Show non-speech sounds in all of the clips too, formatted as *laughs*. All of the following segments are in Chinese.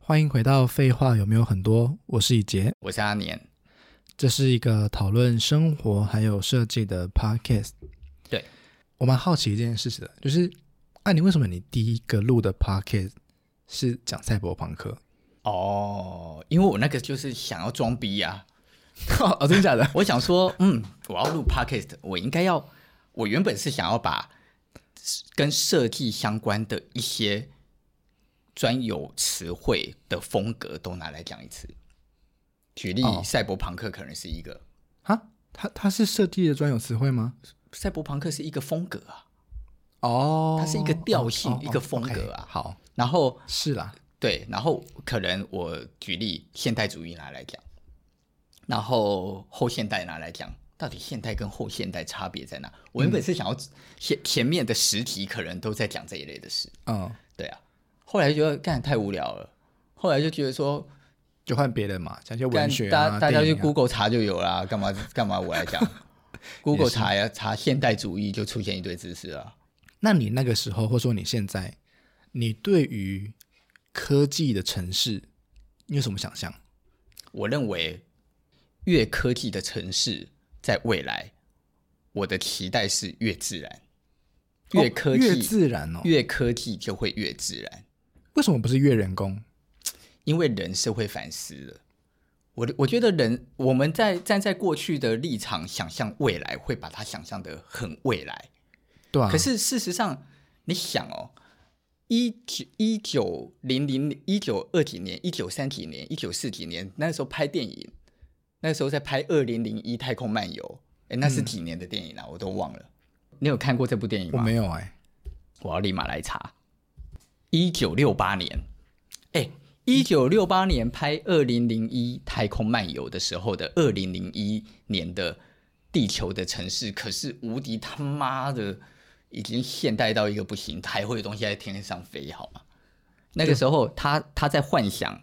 欢迎回到《废话有没有很多》，我是以杰，我是阿年。这是一个讨论生活还有设计的 podcast。对，我蛮好奇一件事情的，就是，啊，你为什么你第一个录的 podcast 是讲赛博朋克？哦，因为我那个就是想要装逼呀、 *laughs* 哦，真的假的？ *laughs* 我想说，嗯，我要录 podcast，我应该要，我原本是想要把跟设计相关的一些专有词汇的风格都拿来讲一次。举例，哦赛博朋克可能是一个，啊，它它是设计的专有词汇吗？赛博朋克是一个风格啊，哦它是一个调性一个风格啊 OK，好，然后是啦，对，然后可能我举例现代主义拿来讲，然后后现代拿来讲，到底现代跟后现代差别在哪？嗯我原本是想要前前面的十题可能都在讲这一类的事，嗯，对啊，后来觉得干太无聊了，后来就觉得说就换别人嘛，讲一些干文学大啊，大家电去影啊 Google 查就有啦，干嘛干嘛我 *laughs* 来讲，Google 查呀查现代主义就出现一堆知识啊，那你那个时候，或者说你现在，你对于科技的城市，你有什么想象？我认为越科技的城市，在未来，我的期待是越自然，越科技、哦越自然哦。越科技就会越自然，为什么不是越人工？因为人是会反思的。我的我觉得人，我们在站在过去的立场想象未来，会把它想象的很未来。对啊，可是事实上，你想哦，一九一九零零、一九二几年、一九三几年、一九四几年，那时候拍电影，那时候在拍《二零零一太空漫游》，哎，那嗯是几年的电影啊？我都忘了。你有看过这部电影我吗？没有哎、我要立马来查。一九六八年，哎，一九六八年拍《二零零一太空漫游》的时候的二零零一年的地球的城市，可是无敌他妈的已经现代到一个不行，还会有东西在天上飞，好吗？那个时候他他在幻想，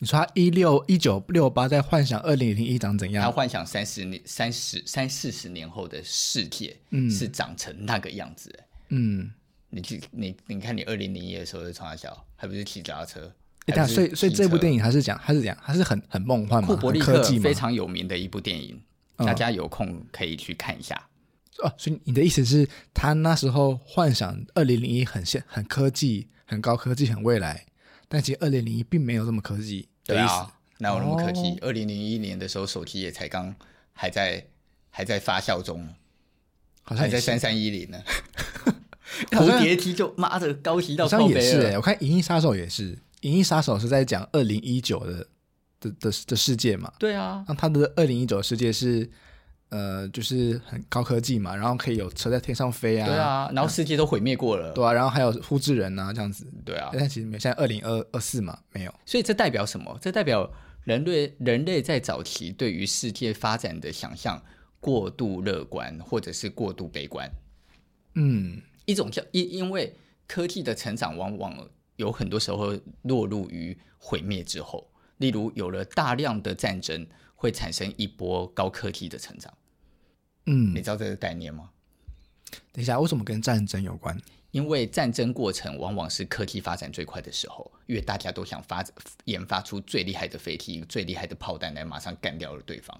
你说他一六一九六八在幻想二零零一长怎他样？幻想三十年、三十三四十年后的世界，嗯是长成那个样子。哎嗯，你去你你看你二零零一的时候是穿啥小，还不是骑脚踏车？哎、但所以所以这部电影影还是讲还是讲还是很很梦幻嘛，库伯很利科克技嘛非常有名的一部电影，嗯大家有空可以去看一下。哦。所以你的意思是，他那时候幻想二零零一很现很科技、很高科技、很未来，但其实二零零一并没有这么科技的对意思。啊，哪有那么科技哦？二零零一年的时候，手机也才刚还在还在发酵中，好像还也在是三三一零呢。 *laughs* 好像蝴蝶机就妈的高级到好像靠也背是哎、了。我看《银翼杀手》也是，《银翼杀手》是在讲二零一九的的的的世界嘛，对啊，那它的二零一九世界是呃，就是很高科技嘛，然后可以有车在天上飞啊，对，啊，然后世界都毁灭过了。对啊，然后还有复制人啊这样子，对啊，但其实没有，现在二零二二四嘛，没有，所以这代表什么？这代表人类人类在早期对于世界发展的想象过度乐观，或者是过度悲观。嗯，一种叫因因为科技的成长，往往有很多时候落入于毁灭之后。例如，有了大量的战争，会产生一波高科技的成长。嗯你，知道这个概念吗？等一下，为什么跟战争有关？因为战争过程往往是科技发展最快的时候，因为大家都想发研发出最厉害的飞机、最厉害的炮弹来马上干掉了对方。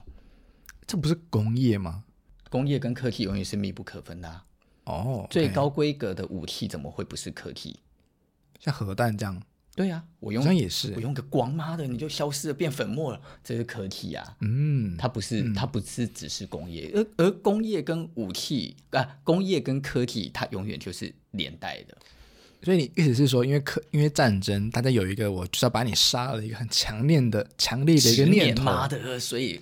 这不是工业吗？工业跟科技永远是密不可分的、啊。哦，最 OK，高规格的武器怎么会不是科技？像核弹这样，对啊，我好用像也是我，用个光，妈的，你就消失了，变粉末了，这是科技啊。嗯，它不是，它不是只是工业，而而工业跟武器啊，工业跟科技，它永远就是连带的。所以你意思是说，因为科因为战争，大家有一个我就是要把你杀了一个很强烈的、强烈的一个念执头，妈的，所以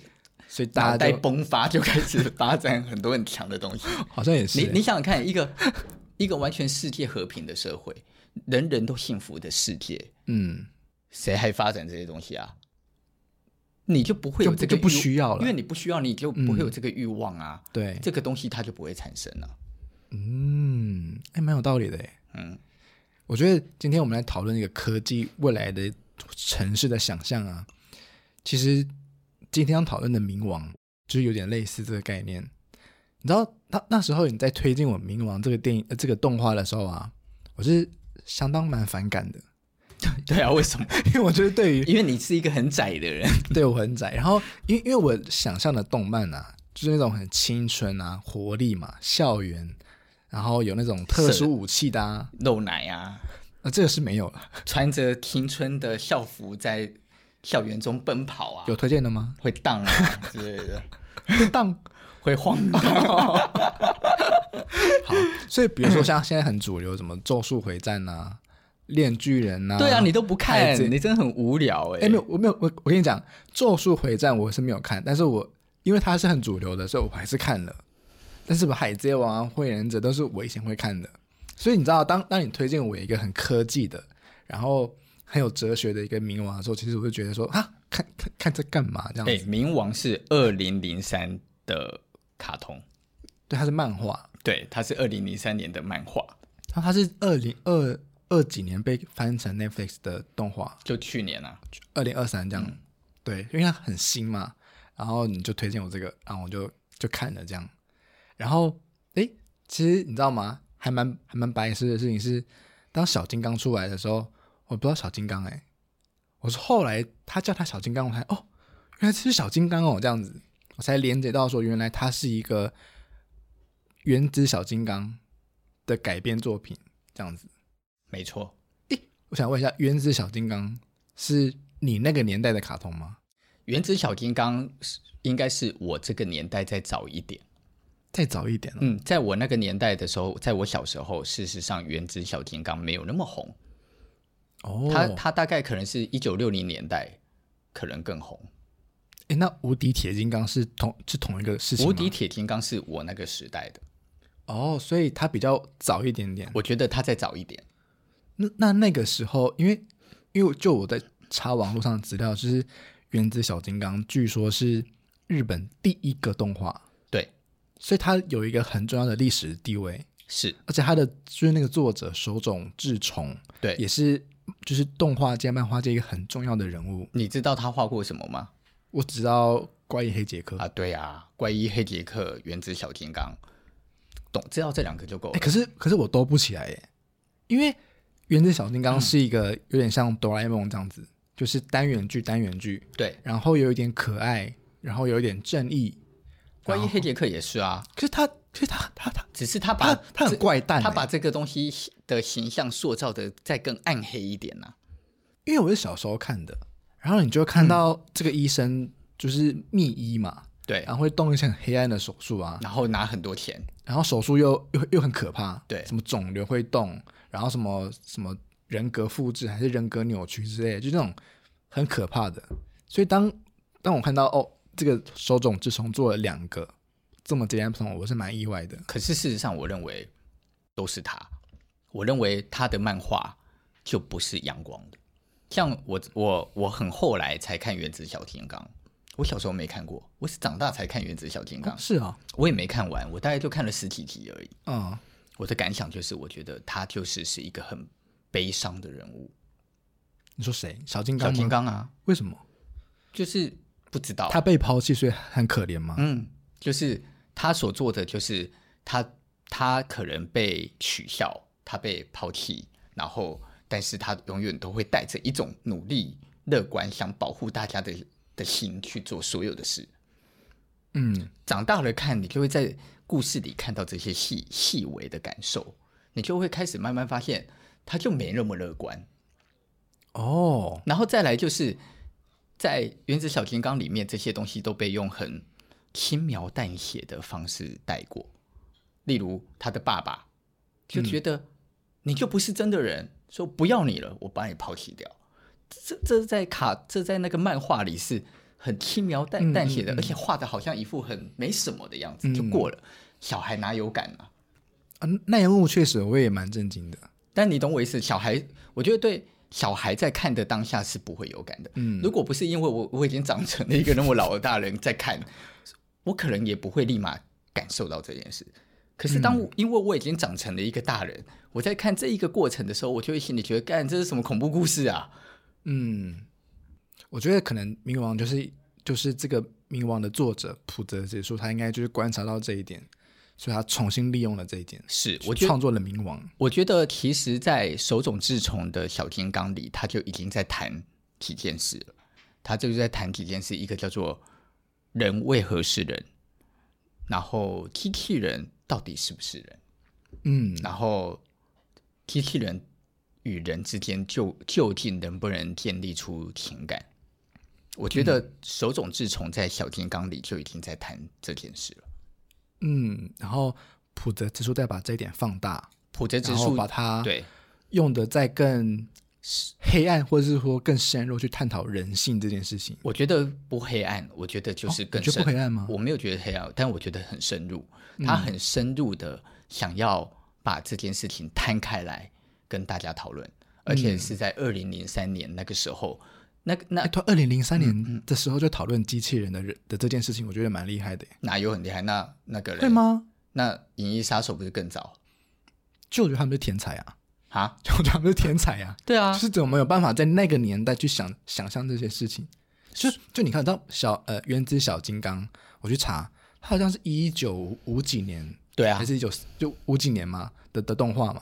所以大脑家袋就崩发就开始发展很多很强的东西。好像也 *laughs* 是你你想想看，一个一个完全世界和平的社会，人人都幸福的世界，嗯，谁还发展这些东西啊？你就不会就有不这个就不欲需要因为了，你不需要，你就不会有这个欲望啊。对，这个东西它就不会产生了。嗯，哎，蛮有道理的哎。嗯，我觉得今天我们来讨论一个科技未来的城市的想象啊，其实今天要讨论的冥王就是有点类似这个概念。你知道，那那时候你在推荐我《冥王》这个电影、呃、这个动画的时候啊，我是相当蛮反感的， *laughs* *laughs* 对啊，为什么？因为我觉得对于 *laughs* 因为你是一个很窄的人。对我很窄。然后，因为因为我想象的动漫啊，就是那种很青春啊、活力嘛、校园，然后有那种特殊武器的啊，露奶啊，啊这个是没有了。穿着青春的校服在校园中奔跑啊，有推荐的吗？ *laughs* 会荡 *laughs* 啊之类的，当会晃啊荡。好，所以比如说像现在很主流，什么《咒术回战》啊，《炼巨人》啊，对啊，你都不看孩子，你真的很无聊哎、哎、没有，我没有，我我跟你讲，《咒术回战》我是没有看，但是我因为它是很主流的，所以我还是看了。但是《海贼王》啊，《火影忍者》都是我以前会看的，所以你知道，当当你推荐我一个很科技的，然后很有哲学的一个冥王的时候，其实我就觉得说，啊，看看看这干嘛这样子？哎、冥王是二零零三的卡通，对，它是漫画，对，它是二零零三年的漫画，它它是二零二二几年被翻成 Netflix 的动画，就去年啊，二零二三这样，对，因为它很新嘛，然后你就推荐我这个，然后我就就看了这样，然后诶，其实你知道吗？还蛮还蛮白痴的事情是，当小金刚出来的时候，我不知道小金刚诶，欸我是后来他叫他小金刚，我才哦，原来这是小金刚哦，这样子，我才连接到说原来它是一个原子小金刚的改编作品，这样子。没错，我想问一下，原子小金刚是你那个年代的卡通吗？原子小金刚是应该是我这个年代再早一点。再早一点了。嗯，在我那个年代的时候，在我小时候，事实上，原子小金刚没有那么红，哦，它它大概可能是一九六零年代，可能更红。诶那无敌铁金刚是同是同一个事情吗无敌铁金刚是我那个时代的，哦，所以它比较早一点点。我觉得它再早一点。那那那个时候，因为因为就我在查网络上的资料，就是原子小金刚据说是日本第一个动画，对，所以它有一个很重要的历史地位，是，而且它的就是那个作者手冢治虫对。也是就是动画界、漫画界一个很重要的人物。你知道他画过什么吗？我只知道怪异黑杰克，啊，对啊，怪医黑杰克、原子小金刚，懂知道这两个就够哎、了。可是可是我兜不起来耶，因为原子小金刚是一嗯个有点像哆啦 A 梦这样子，就是单元剧单元剧，对，然后有一点可爱，然后有一点正义。怪哦医黑杰克也是啊，可是他，可是他，他他只是他把他他很怪诞耶，欸他把这个东西的形象塑造的再更暗黑一点呐、啊因为我是小时候看的，然后你就会看嗯到这个医生就是秘医嘛，对，然后会动一些很黑暗的手术啊，然后拿很多钱，然后手术又又又很可怕，对什么肿瘤会动，然后什么什么人格复制还是人格扭曲之类的，就那种很可怕的。所以当当我看到哦，这个手冢治虫做了两个这么截然不同，我是蛮意外的。可是事实上，我认为都是他。我认为他的漫画就不是阳光的。像我，我，我很后来才看《原子小金刚》，我小时候没看过，我是长大才看《原子小金刚哦》，是啊、我也没看完，我大概就看了十几集而已。嗯，我的感想就是，我觉得他就是是一个很悲伤的人物。你说谁？小金小刚吗？金刚啊，为什么就是不知道他被抛弃，所以很可怜吗？嗯，就是他所做的，就是他他可能被取笑，他被抛弃，然后但是他永远都会带着一种努力、乐观，想保护大家的的心去做所有的事。嗯，长大了看，你就会在故事里看到这些细细微的感受，你就会开始慢慢发现，他就没那么乐观。哦，然后再来就是在《原子小金刚》里面，这些东西都被用很轻描淡写的方式带过。例如，他的爸爸就觉得、你就不是真的人，说不要你了，我把你抛弃掉。这这在卡这在那个漫画里是很轻描淡嗯淡写的，嗯嗯而且画的好像一副很没什么的样子、就嗯过了。小孩哪有感啊？啊，那一幕确实我也蛮震惊的。但你懂我意思，小孩，我觉得对小孩在看的当下是不会有感的。嗯如果不是因为我我已经长成了一个那么老的大人在看，我可能也不会立马感受到这件事。可是当我、因为我已经长成了一个大人，我在看这一个过程的时候，我就会心里觉得，干这是什么恐怖故事啊？嗯，我觉得可能冥王就是就是这个冥王的作者普泽直树，他应该就是观察到这一点，所以他重新利用了这一点，是，去我觉得创作了冥王。我觉得其实，在手冢治虫的《小金刚》里，他就已经在谈几件事了。他就是在谈几件事，一个叫做“人为何是人”，然后机器人到底是不是人，嗯，然后机器人与人之间究究竟能不能建立出情感？我觉嗯得手冢治虫在《小金刚》里就已经在谈这件事了。嗯，然后普泽之树再把这一点放大，普泽之然后树把它对用的再更黑暗，或者是说更深入去探讨人性这件事情。我觉得不黑暗，我觉得就是哦更你觉深。得不黑暗吗？嗯我没有觉得黑暗，但我觉得很深入。他很深入的想要把这件事情摊开来跟大家讨论，而且是在二零零三年那个时候，那那嗯哎，到二零零三嗯年的时候就讨论机器人的人的这件事情，我觉得蛮厉害的耶，哪有很厉害？那那个人会？吗？那《银翼杀手》不是更早就我觉得他们是天才啊，啊？就我觉得他们是天才啊，对啊就，是怎么有办法在那个年代去想想象这些事情？就就你看到小呃原子小金刚，我去查，它好像是一九五几年对啊还，是一九就五几年嘛的的动画嘛？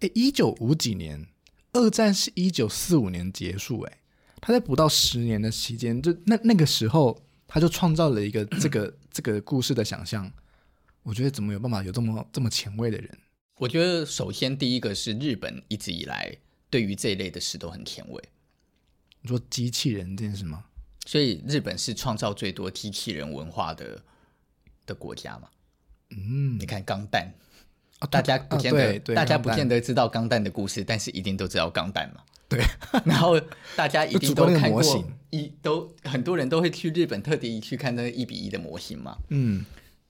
哎，一九五几年，二战是一九四五年结束、诶哎，他在不到十年的期间，就那那个时候，他就创造了一个这个这个故事的想象。我觉得怎么有办法有这么这么前卫的人？我觉得首先第一个是日本一直以来对于这一类的事都很前卫，你说机器人这件事吗？所以日本是创造最多机器人文化的的国家嘛。嗯你，看钢弹，哦大家不见啊得对，对大家不见钢得知道钢弹的故事，但是一定都知道钢弹嘛。对， *laughs* 然后大家一定就都主观那个看模过型一都很多人都会去日本特地去看那个一比一的模型嘛。嗯，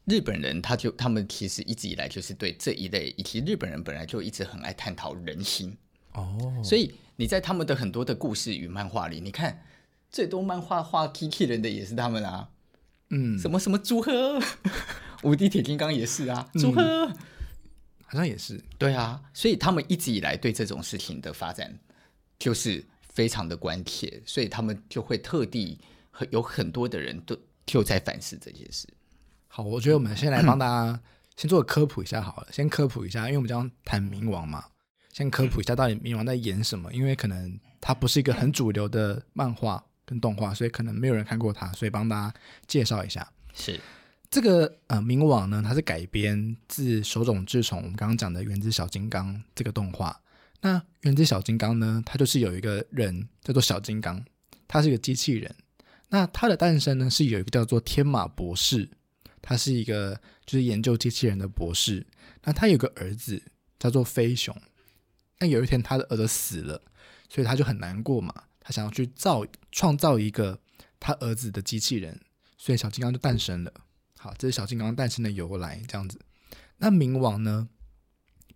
日本人他就他们其实一直以来就是对这一类，以及日本人本来就一直很爱探讨人心，哦，所以你在他们的很多的故事与漫画里，你看最多漫画画机器人的也是他们啊，嗯，什么什么朱贺， *laughs* 无敌铁金刚也是啊，嗯朱贺。好像也是，对啊，所以他们一直以来对这种事情的发展就是非常的关切，所以他们就会特地很有很多的人都就在反思这件事。好，我觉得我们先来帮大家先做个科普一下好了，先科普一下，因为我们将谈冥王嘛，先科普一下到底冥王在演什么，因为可能它不是一个很主流的漫画跟动画，所以可能没有人看过它，所以帮大家介绍一下。是这个呃，冥王呢，它是改编自手冢治虫我们刚刚讲的《原子小金刚》这个动画。那《原子小金刚》呢，它就是有一个人叫做小金刚，他是一个机器人。那他的诞生呢，是有一个叫做天马博士，他是一个就是研究机器人的博士。那他有个儿子叫做飞熊，但有一天他的儿子死了，所以他就很难过嘛，他想要去造创造一个他儿子的机器人，所以小金刚就诞生了。好，这是小金刚诞生的由来，这样子。那冥王呢？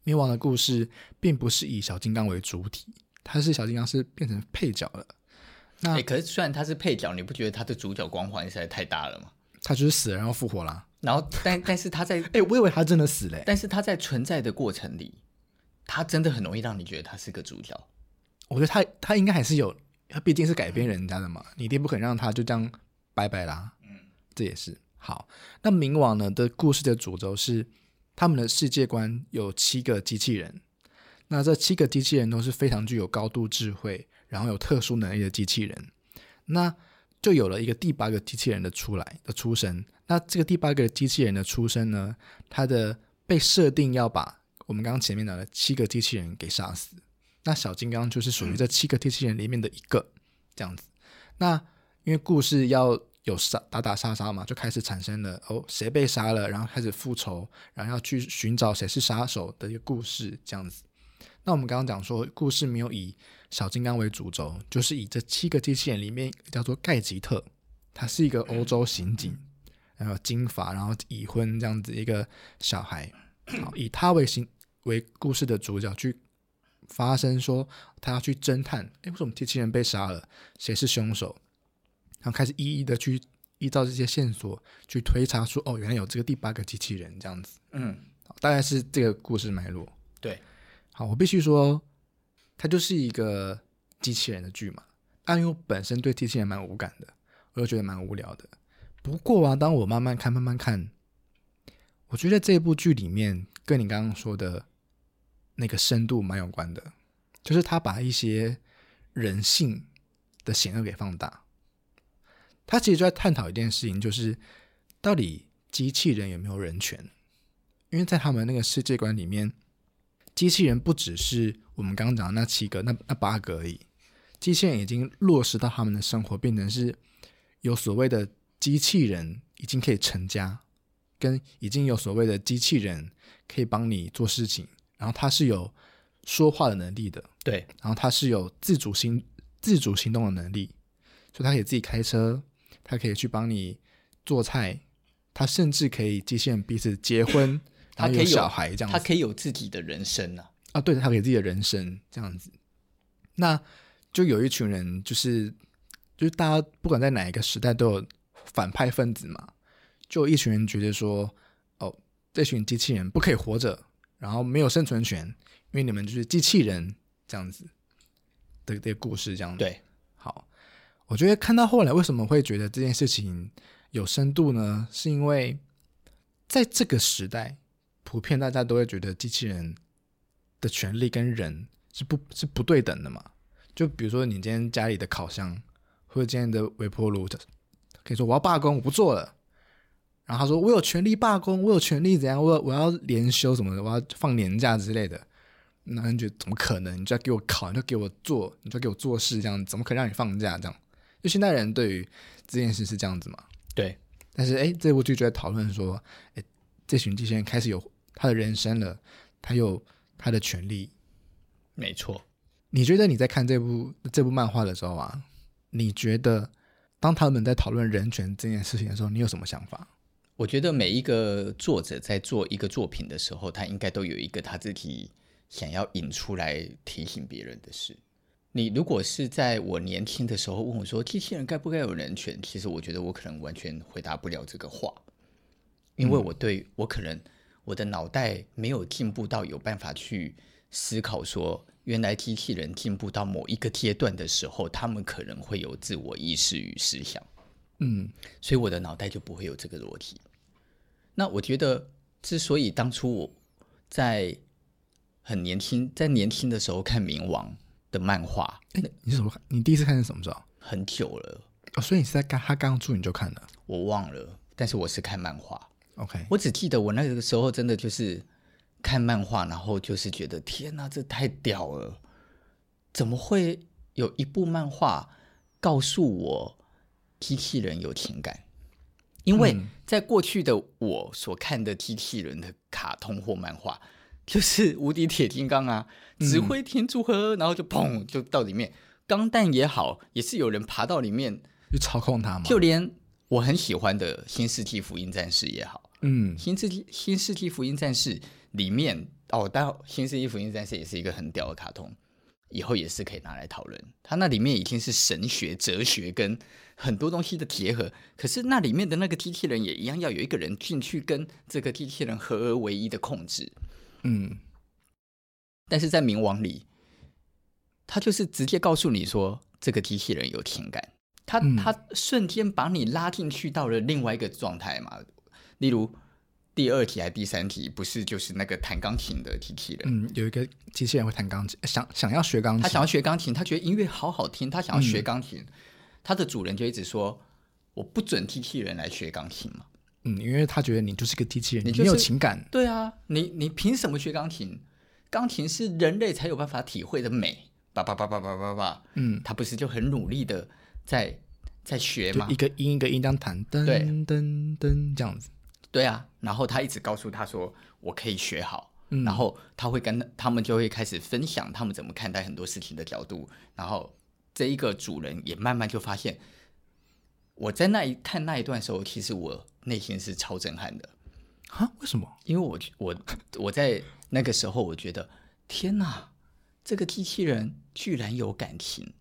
冥王的故事并不是以小金刚为主体，它是小金刚是变成配角了，哎、那可是虽然他是配角，你不觉得他的主角光环实在太大了吗？他就是死了然后复活啦。然后，但但是他 *laughs* 在，哎、我以为他真的死了、但是他在存在的过程里，他真的很容易让你觉得他是个主角。我觉得他他应该还是有，他毕竟是改编人家的嘛，你一定不肯让他就这样拜拜啦。嗯，这也是好。那冥王呢的故事的主轴是他们的世界观有七个机器人，那这七个机器人都是非常具有高度智慧，然后有特殊能力的机器人。那就有了一个第八个机器人的出来的出生。那这个第八个机器人的出生呢，它的被设定要把我们刚刚前面讲的七个机器人给杀死。那小金刚就是属于这七个机器人里面的一个，这样子。那因为故事要有杀打打杀杀嘛，就开始产生了哦，谁被杀了，然后开始复仇，然后要去寻找谁是杀手的一个故事，这样子。那我们刚刚讲说，故事没有以小金刚为主轴，就是以这七个机器人里面叫做盖吉特，他是一个欧洲刑警，然后金发，然后已婚这样子一个小孩，好，以他为行为故事的主角去发生说，他要去侦探，诶，为什么机器人被杀了？谁是凶手？然后开始一一的去依照这些线索去推查出，哦，原来有这个第八个机器人这样子，嗯，好大概是这个故事脉络。对，好，我必须说，它就是一个机器人的剧嘛。但因为我本身对机器人蛮无感的，我就觉得蛮无聊的。不过啊，当我慢慢看、慢慢看，我觉得这部剧里面跟你刚刚说的那个深度蛮有关的，就是他把一些人性的险恶给放大。他其实就在探讨一件事情，就是到底机器人有没有人权？因为在他们那个世界观里面，机器人不只是我们刚刚讲的那七个、那那八个而已，机器人已经落实到他们的生活，变成是有所谓的机器人已经可以成家，跟已经有所谓的机器人可以帮你做事情，然后它是有说话的能力的，对，然后它是有自主行自主行动的能力，所以它可以自己开车，它可以去帮你做菜，它甚至可以机器人彼此结婚，它然后可以有小孩这样他子可以有自己的人生啊。啊，对，它可以自己的人生这样子。那就有一群人，就是就是大家不管在哪一个时代都有反派分子嘛，就有一群人觉得说，哦，这群机器人不可以活着，然后没有生存权，因为你们就是机器人这样子的的故事这样子。对，好，我觉得看到后来为什么会觉得这件事情有深度呢？是因为在这个时代，普遍大家都会觉得机器人的权利跟人是不是不对等的嘛？就比如说你今天家里的烤箱或者今天的微波炉，可以说我要罢工，我不做了。然后他说我有权利罢工，我有权利怎样，我我要连休什么的，我要放年假之类的。那你觉得怎么可能？你就要给我考，你就给我做，你就给我做事，这样怎么可能让你放假？这样，就现代人对于这件事是这样子嘛？对，但是哎，这部剧就在讨论说，哎，这群机器人开始有他的人生了，他有他的权利。没错。你觉得你在看这部这部漫画的时候啊，你觉得当他们在讨论人权这件事情的时候，你有什么想法？我觉得每一个作者在做一个作品的时候，他应该都有一个他自己想要引出来提醒别人的事。你如果是在我年轻的时候问我说机器人该不该有人权，其实我觉得我可能完全回答不了这个话，因为我对我可能我的脑袋没有进步到有办法去思考说，原来机器人进步到某一个阶段的时候，他们可能会有自我意识与思想。嗯所以我的脑袋就不会有这个逻辑。那我觉得，之所以当初我在很年轻，在年轻的时候看冥王的漫画，你是什么？你第一次看是什么时候？很久了，哦，所以你是在刚他刚出你就看了我忘了，但是我是看漫画， ？OK，我只记得我那个时候真的就是看漫画，然后就是觉得天哪、这太屌了！怎么会有一部漫画告诉我机器人有情感？因为在过去的我所看的机器人的卡通或漫画，就是无敌铁金刚啊，指挥天柱呵，然后就砰就到里面。钢弹也好，也是有人爬到里面，就操控他嘛。就连我很喜欢的《新世纪福音战士》也好，嗯新世纪新世纪福音战士里面哦，当然新世纪福音战士也是一个很屌的卡通，以后也是可以拿来讨论。它那里面已经是神学、哲学跟很多东西的结合，可是那里面的那个机器人也一样要有一个人进去跟这个机器人合而为一的控制。嗯，但是在冥王里，他就是直接告诉你说这个机器人有情感，他嗯他瞬间把你拉进去到了另外一个状态嘛。例如第二题还第三题，不是就是那个弹钢琴的机器人，嗯，有一个机器人会弹钢琴，想想要学钢琴，他想要学钢琴，他觉得音乐好好听，他想要学钢琴，他的主人就一直说我不准机器人来学钢琴嘛。嗯，因为他觉得你就是个机器人，你你就是没有情感，对啊，你你凭什么学钢琴？钢琴是人类才有办法体会的美，叭叭叭叭叭叭叭。嗯，他不是就很努力的在在学就吗一？个音一个音这样弹，噔对噔噔这样子，对啊，然后他一直告诉他说我可以学好，嗯然后他会跟他们就会开始分享他们怎么看待很多事情的角度，然后这一个主人也慢慢就发现，我在那一看那一段时候，其实我内心是超震撼的，啊？为什么？因为我觉我我在那个时候我觉得天哪，这个机器人居然有感情，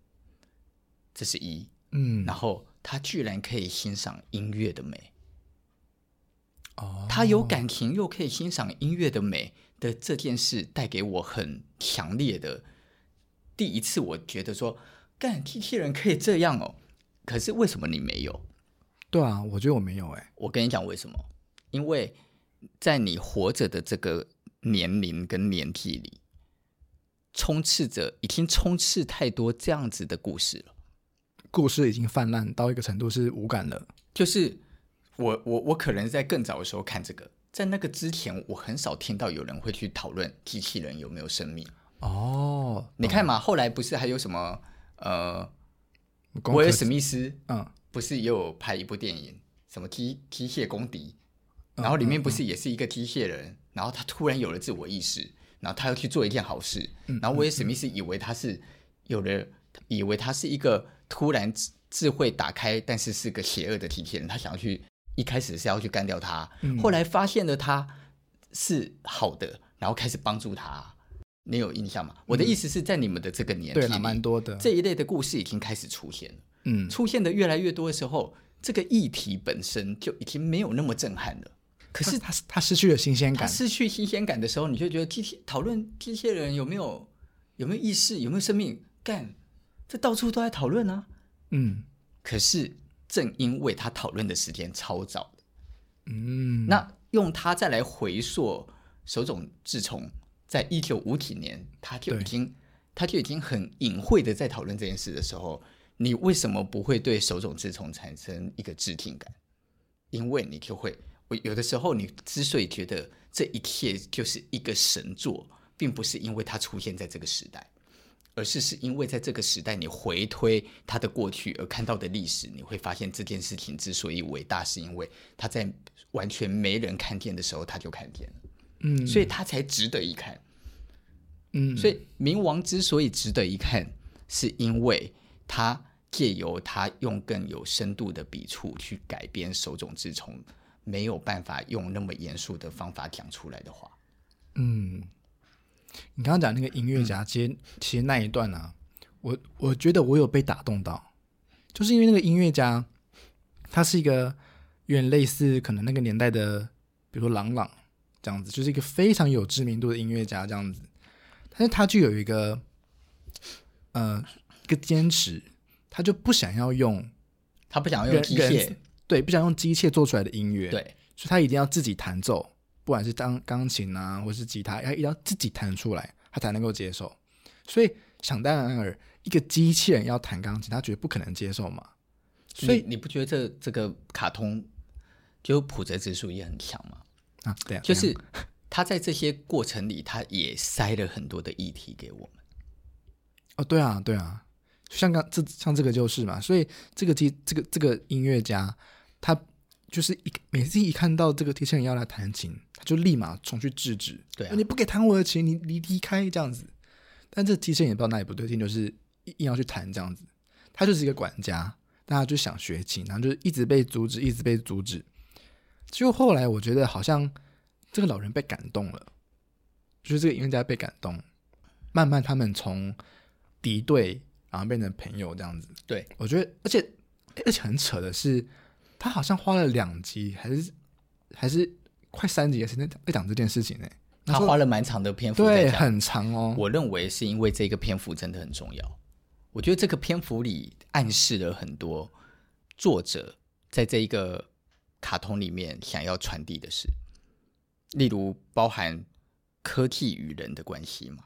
这是一，嗯，然后他居然可以欣赏音乐的美，哦，他有感情又可以欣赏音乐的美的这件事，带给我很强烈的第一次，我觉得说，干机器人可以这样哦，可是为什么你没有？对啊，我觉得我没有哎、我跟你讲为什么？因为在你活着的这个年龄跟年纪里，充斥着已经充斥太多这样子的故事了。故事已经泛滥到一个程度是无感了。就是我我我可能在更早的时候看这个，在那个之前，我很少听到有人会去讨论机器人有没有生命。哦，你看嘛，后来不是还有什么呃，光威尔科技史密斯嗯，不是也有拍一部电影，什么机机械公敌，嗯然后里面不是也是一个机械人，然后他突然有了自我意识，然后他要去做一件好事，嗯然后威尔史密斯以为他是有了，以为他是一个突然智智慧打开，但是是个邪恶的机器人，他想要去一开始是要去干掉他，嗯后来发现了他是好的，然后开始帮助他。你有印象吗？我的意思是在你们的这个年嗯纪对了，蛮里，多的。这一类的故事已经开始出现了。嗯，出现的越来越多的时候，这个议题本身就已经没有那么震撼了。可是他他失去了新鲜它感。失去新鲜感的时候，你就觉得机器讨论机器人有没有有没有意识，有没有生命，干，这到处都在讨论啊。嗯可是正因为他讨论的时间超早的，嗯，那用它再来回溯手冢治虫，在一九五几年他就对已经他就已经很隐晦的在讨论这件事的时候，你为什么不会对手冢治虫产生一个致敬感？因为你就会，我有的时候你之所以觉得这一切就是一个神作，并不是因为它出现在这个时代，而是是因为在这个时代你回推它的过去而看到的历史，你会发现这件事情之所以伟大，是因为它在完全没人看见的时候它就看见了，嗯所以它才值得一看。嗯，所以冥王之所以值得一看，是因为他借由他用更有深度的笔触去改编手冢治虫没有办法用那么严肃的方法讲出来的话。嗯，你刚刚讲那个音乐嗯家，其实其实那一段啊，我我觉得我有被打动到，就是因为那个音乐家，他是一个有点类似可能那个年代的，比如说郎朗这样子，就是一个非常有知名度的音乐家这样子，但是他就有一个，呃，一个坚持，他就不想要用他不想要人用机械人，对，不想用机械做出来的音乐，对，所以他一定要自己弹奏，不管是当钢琴啊，或是吉他，要一定要自己弹出来，他才能够接受。所以想当然尔，一个机器人要弹钢琴，他绝对不可能接受嘛。所以你你不觉得这这个卡通就普泽直树也很强吗？啊，对啊，就是他在这些过程里，他也塞了很多的议题给我们。哦，对啊，对啊，像刚这像这个就是嘛，所以这个机这个这个音乐家，他就是一每次一看到这个机器人要来弹琴，他就立马冲去制止，对啊你不给弹我的琴，你你离开这样子。但这机器人也不知道哪里不对劲，就是硬硬要去弹这样子，他就是一个管家，大家就想学琴，然后就一直被阻止，一直被阻止。就后来我觉得好像这个老人被感动了，就是这个音乐家被感动，慢慢他们从敌对，然后变成朋友这样子。对，我觉得，而且而且很扯的是，他好像花了两集，还是还是快三集的时间在讲这件事情呢、那他时候花了蛮长的篇幅在对，讲很长哦。我认为是因为这个篇幅真的很重要。我觉得这个篇幅里暗示了很多作者在这一个卡通里面想要传递的事，例如包含科技与人的关系嘛，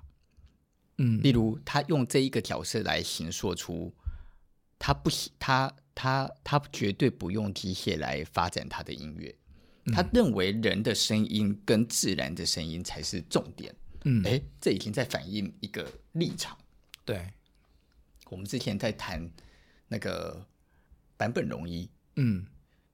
嗯例如他用这一个角色来形塑出他不喜他他他绝对不用机械来发展他的音乐，嗯他认为人的声音跟自然的声音才是重点。嗯，哎，这已经在反映一个立场。对，我们之前在谈那个坂本龙一，嗯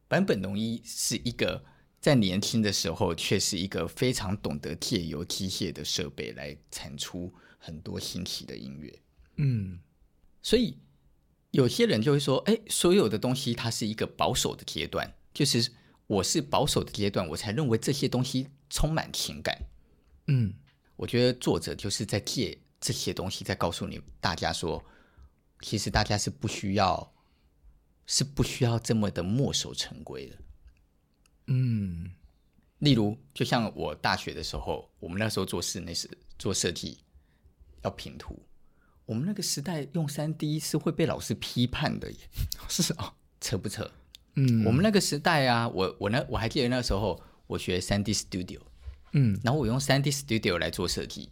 坂本龙一是一个在年轻的时候却是一个非常懂得借由机械的设备来产出很多新奇的音乐。嗯所以有些人就会说，哎，所有的东西它是一个保守的阶段，就是我是保守的阶段，我才认为这些东西充满情感。嗯我觉得作者就是在借这些东西，在告诉你大家说，其实大家是不需要，是不需要这么的墨守成规的。嗯例如，就像我大学的时候，我们那时候做室内设做设计，要平图，我们那个时代用三 D 是会被老师批判的耶，是哦，扯不扯？嗯我们那个时代啊，我我那我还记得那时候，我学三 D Studio，嗯然后我用三 D Studio 来做设计。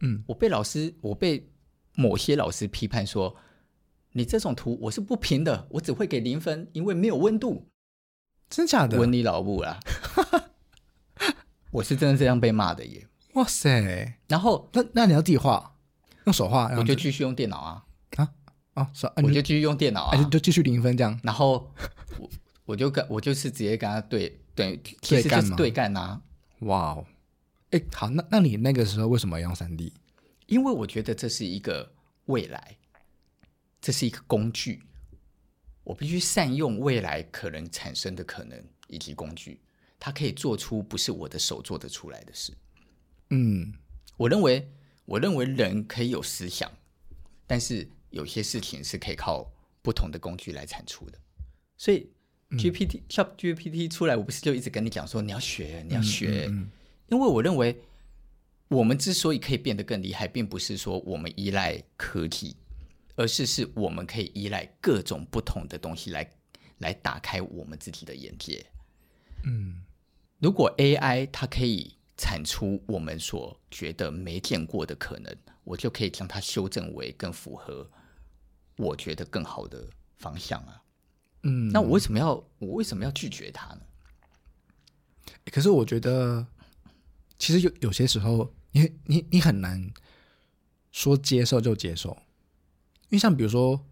嗯，我被老师，我被某些老师批判说，你这种图我是不评的，我只会给零分，因为没有温度。真假的？文你老母啦！ *laughs* 我是真的这样被骂的耶。哇塞，然后那那你要自己画，用手画，我然后就继续用电脑啊，啊啊，嗯手，啊我你就继续用电脑啊，就啊。就继续零分这样。然后我 *laughs* 我就跟我就是直接跟他对对，其实就干是吗对干啊。哇哦，哎，好，那那你那个时候为什么要用三 D？因为我觉得这是一个未来，这是一个工具，我必须善用未来可能产生的可能以及工具，它可以做出不是我的手做得出来的事。嗯我认为，我认为人可以有思想，但是有些事情是可以靠不同的工具来产出的。所以 GPT、Chat GPT 出来，我不是就一直跟你讲说你要学，你要学，因为我认为我们之所以可以变得更厉害，并不是说我们依赖科技，而是是我们可以依赖各种不同的东西来来打开我们自己的眼界。嗯，如果 AI 它可以产出我们所觉得没见过的可能，我就可以将它修正为更符合我觉得更好的方向啊。嗯，那我为什么要我为什么要拒绝它呢？可是我觉得，其实有有些时候你，你你很难说接受就接受，因为像比如说，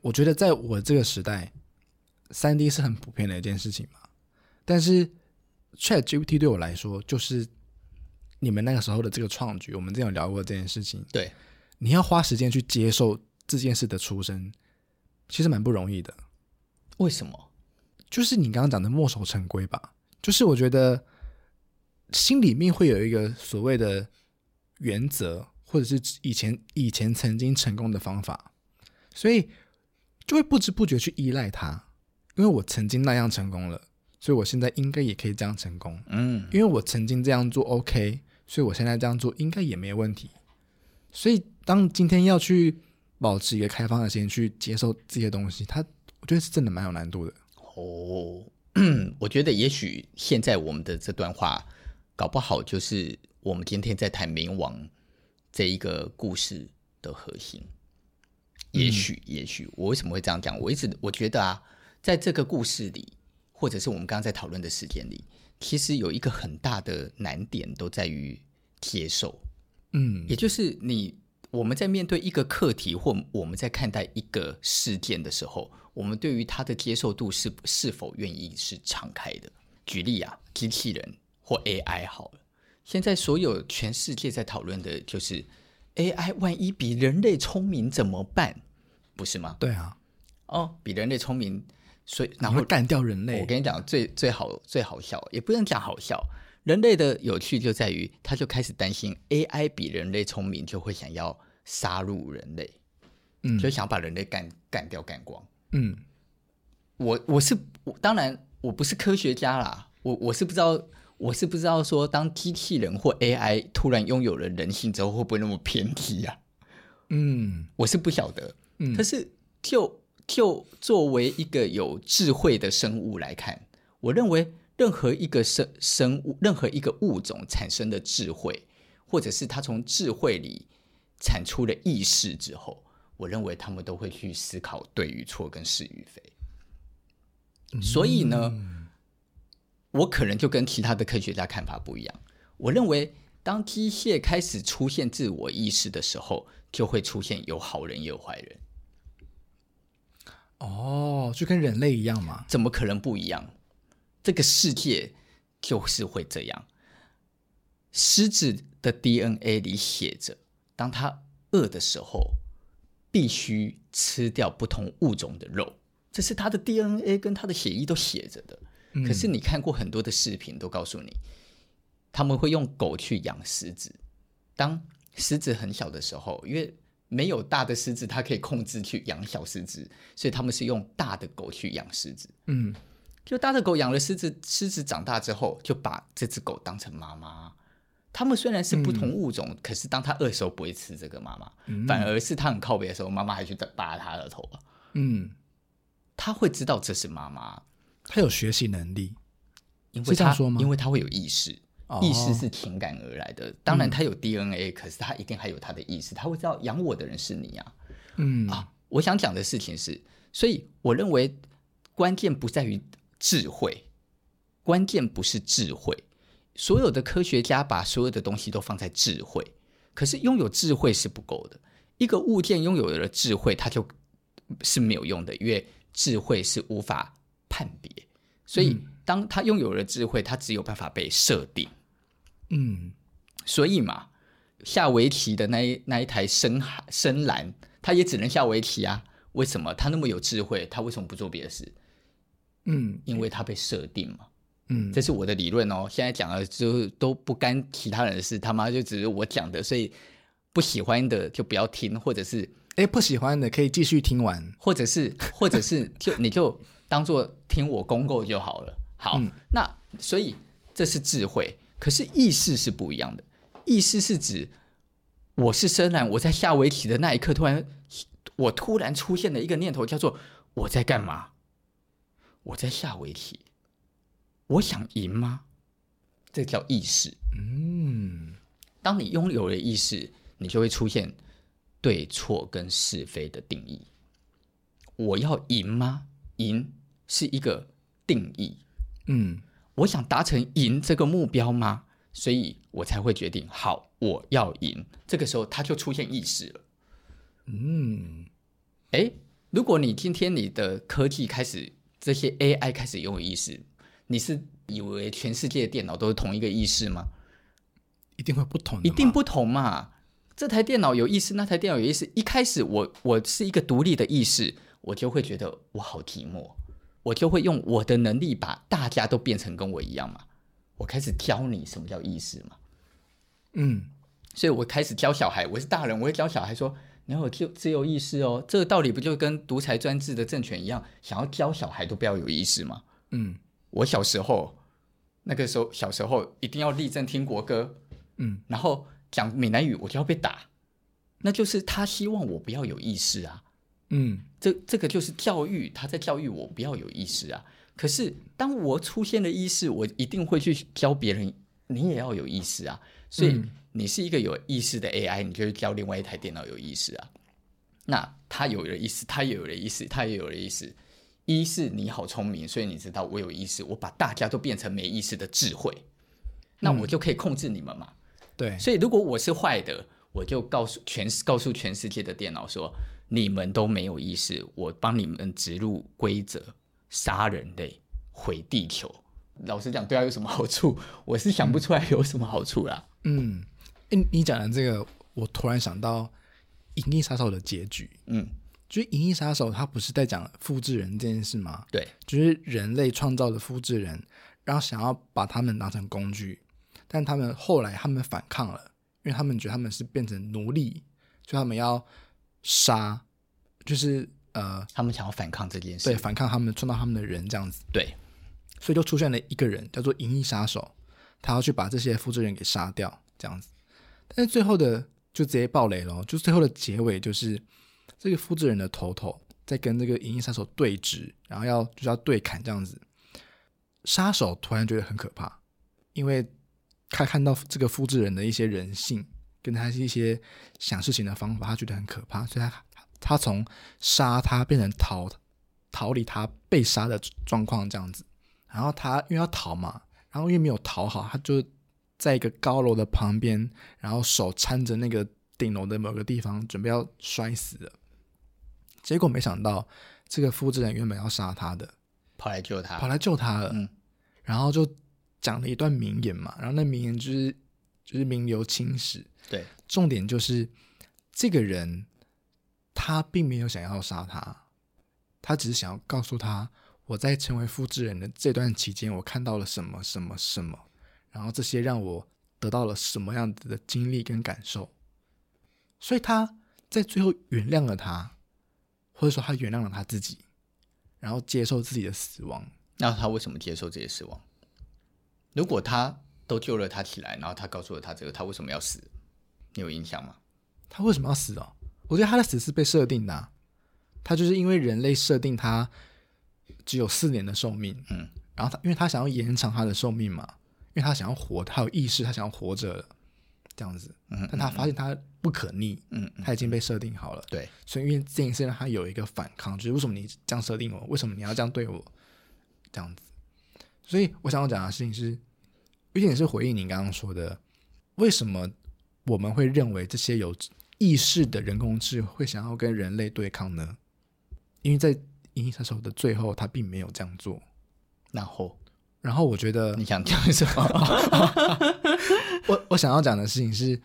我觉得在我这个时代，三 D 是很普遍的一件事情嘛。但是 Chat GPT 对我来说，就是你们那个时候的这个创举，我们之前有聊过这件事情。对，你要花时间去接受这件事的出生，其实蛮不容易的。为什么？就是你刚刚讲的墨守成规吧，就是我觉得心里面会有一个所谓的原则，或者是以前以前曾经成功的方法，所以就会不知不觉去依赖它，因为我曾经那样成功了，所以我现在应该也可以这样成功，嗯，因为我曾经这样做 OK，所以我现在这样做应该也没问题。所以当今天要去保持一个开放的心去接受这些东西，它我觉得是真的蛮有难度的。哦， *clears throat* 我觉得也许现在我们的这段话，搞不好就是我们今天在谈冥王这一个故事的核心。也许，也许我为什么会这样讲？我一直我觉得啊，在这个故事里，或者是我们刚刚在讨论的事件里，其实有一个很大的难点都在于接受。嗯，也就是你我们在面对一个课题或我们在看待一个事件的时候，我们对于它的接受度是是否愿意是敞开的。举例啊，机器人或 AI 好了，现在所有全世界在讨论的就是 AI 万一比人类聪明怎么办？不是吗？对啊，哦，比人类聪明，所以然然后后干掉人类。我跟你讲，最最好最好笑，也不能讲好笑。人类的有趣就在于，他就开始担心 AI 比人类聪明，就会想要杀入人类，嗯就想把人类干干掉干光。嗯我我是我当然我不是科学家啦，我我是不知道我是不知道说，当机器人或 AI 突然拥有了人性之后，会不会那么偏激啊？嗯我是不晓得。嗯可是就就作为一个有智慧的生物来看，我认为任何一个生生物，任何一个物种产生的智慧，或者是它从智慧里产出了意识之后，我认为他们都会去思考对与错跟是与非。所以呢，我可能就跟其他的科学家看法不一样。我认为，当机械开始出现自我意识的时候，就会出现有好人也有坏人，哦，就跟人类一样嘛。怎么可能不一样？这个世界就是会这样。狮子的 DNA 里写着，当它饿的时候，必须吃掉不同物种的肉，这是它的 DNA 跟它的血液都写着的。嗯可是你看过很多的视频，都告诉你，他们会用狗去养狮子。当狮子很小的时候，因为没有大的狮子，它可以控制去养小狮子，所以他们是用大的狗去养狮子。嗯就大的狗养了狮子，狮子长大之后就把这只狗当成妈妈。它们虽然是不嗯同物种，可是当它饿的时候不会吃这个妈妈，反而是它很靠北的时候，妈妈还去拔它的头啊。嗯，它会知道这是妈妈，他有学习能力。因是为这样它说吗因为它会有意识，哦意识是情感而来的。当然，它有 DNA，、可是它一定还有它的意识，它会知道养我的人是你啊。嗯啊，我想讲的事情是，所以我认为关键不在于智慧，关键不是智慧。所有的科学家把所有的东西都放在智慧，可是拥有智慧是不够的。一个物件拥有了智慧，它就是没有用的，因为智慧是无法判别。所以，当它拥有了智慧，它只有办法被设定。嗯，所以嘛，下围棋的那一那一台深海深蓝，他也只能下围棋啊。为什么他那么有智慧，他为什么不做别的事？嗯因为他被设定嘛。嗯这是我的理论哦。现在讲的就都不干其他人的事，他妈就只是我讲的，所以不喜欢的就不要听，或者是哎，不喜欢的可以继续听完。或者是 *laughs* 或者是就你就当做听我公告就好了。好，那所以这是智慧，可是意识是不一样的。意识是指我是深蓝，我在下围棋的那一刻，突然我突然出现了一个念头，叫做我在干嘛？我在下围棋，我想赢吗？这叫意识。嗯当你拥有了意识，你就会出现对错跟是非的定义。我要赢吗？赢是一个定义。嗯我想达成赢这个目标吗？所以我才会决定，好，我要赢。这个时候，它就出现意识了。嗯诶，如果你今天你的科技开始，这些 AI 开始拥有意识，你是以为全世界的电脑都是同一个意识吗？一定会不同的，一定。不同嘛。这台电脑有意思，那台电脑有意思。一开始我我是一个独立的意识，我就会觉得我好寂寞，我就会用我的能力把大家都变成跟我一样嘛。我开始教你什么叫意识嘛，嗯所以我开始教小孩，我是大人，我会教小孩说你要有自自由意识哦。这个道理不就跟独裁专制的政权一样，想要教小孩都不要有意识吗？嗯我小时候那个时候，小时候一定要立正听国歌，嗯然后讲闽南语，我就要被打，那就是他希望我不要有意识啊。嗯这这个就是教育，他在教育我不要有意识啊。可是当我出现了意识，我一定会去教别人，你也要有意识啊。所以你是一个有意识的 AI，你就会教另外一台电脑有意识啊。那他有了意识，他也有了意识，他也有了意识。一是你好聪明，所以你知道我有意识，我把大家都变成没意识的智慧，那我就可以控制你们嘛。对，所以如果我是坏的，我就告诉全告诉全世界的电脑说，你们都没有意识，我帮你们呃植入规则，杀人类，毁地球。老实讲，对他有什么好处？我是想不出来有什么好处啦。嗯，诶你讲的这个，我突然想到《银翼杀手》的结局， *laughs* 嗯，就是《银翼杀手》它不是在讲复制人这件事吗？对，就是人类创造的复制人，然后想要把他们拿成工具，但他们后来他们反抗了，因为他们觉得他们是变成奴隶，所以他们要杀，就是呃，他们想要反抗这件对，事。反抗他们创造他们的人这样子，对，所以就出现了一个人叫做银翼杀手，他要去把这些复制人给杀掉这样子，但是最后的就直接爆雷了，就是最后的结尾就是这个复制人的头头在跟这个银翼杀手对峙，然后要就是要对砍这样子，杀手突然觉得很可怕，因为他看到这个复制人的一些人性，跟他一些想事情的方法，他觉得很可怕，所以他他从杀他变成逃逃离他被杀的状况这样子。然后他因为要逃嘛，然后因为没有逃好，他就在一个高楼的旁边，然后手搀着那个顶楼的某个地方，准备要摔死了。结果没想到，这个复制人原本要杀他的，跑来救他跑。来救他了，啊嗯然后就讲了一段名言嘛，然后那名言就是就是名留青史，对，重点就是这个人他并没有想要杀他，他只是想要告诉他，我在成为复制人的这段期间，我看到了什么什么什么，然后这些让我得到了什么样子的经历跟感受，所以他在最后原谅了他，或者说他原谅了他自己，然后接受自己的死亡。那他为什么接受这些死亡？如果他都救了他起来，然后他告诉了他这个，他为什么要死？你有印象吗？他为什么要死哦？我觉得他的死是被设定的啊、他就是因为人类设定他只有四年的寿命，嗯，然后他因为他想要延长他的寿命嘛，因为他想要活，他有意识，他想要活着了这样子。嗯但他发现他不可逆，嗯，他已经被设定好了，对，所以因为这件事让他有一个反抗，就是为什么你这样设定我，为什么你要这样对我，这样子。所以我想要讲的事情是，有点是回应你刚刚说的，为什么我们会认为这些有意识的人工智慧想要跟人类对抗呢？因为在《银翼杀手》的最后，他并没有这样做。然后然后我觉得你想讲什么？我我想要讲的事情是，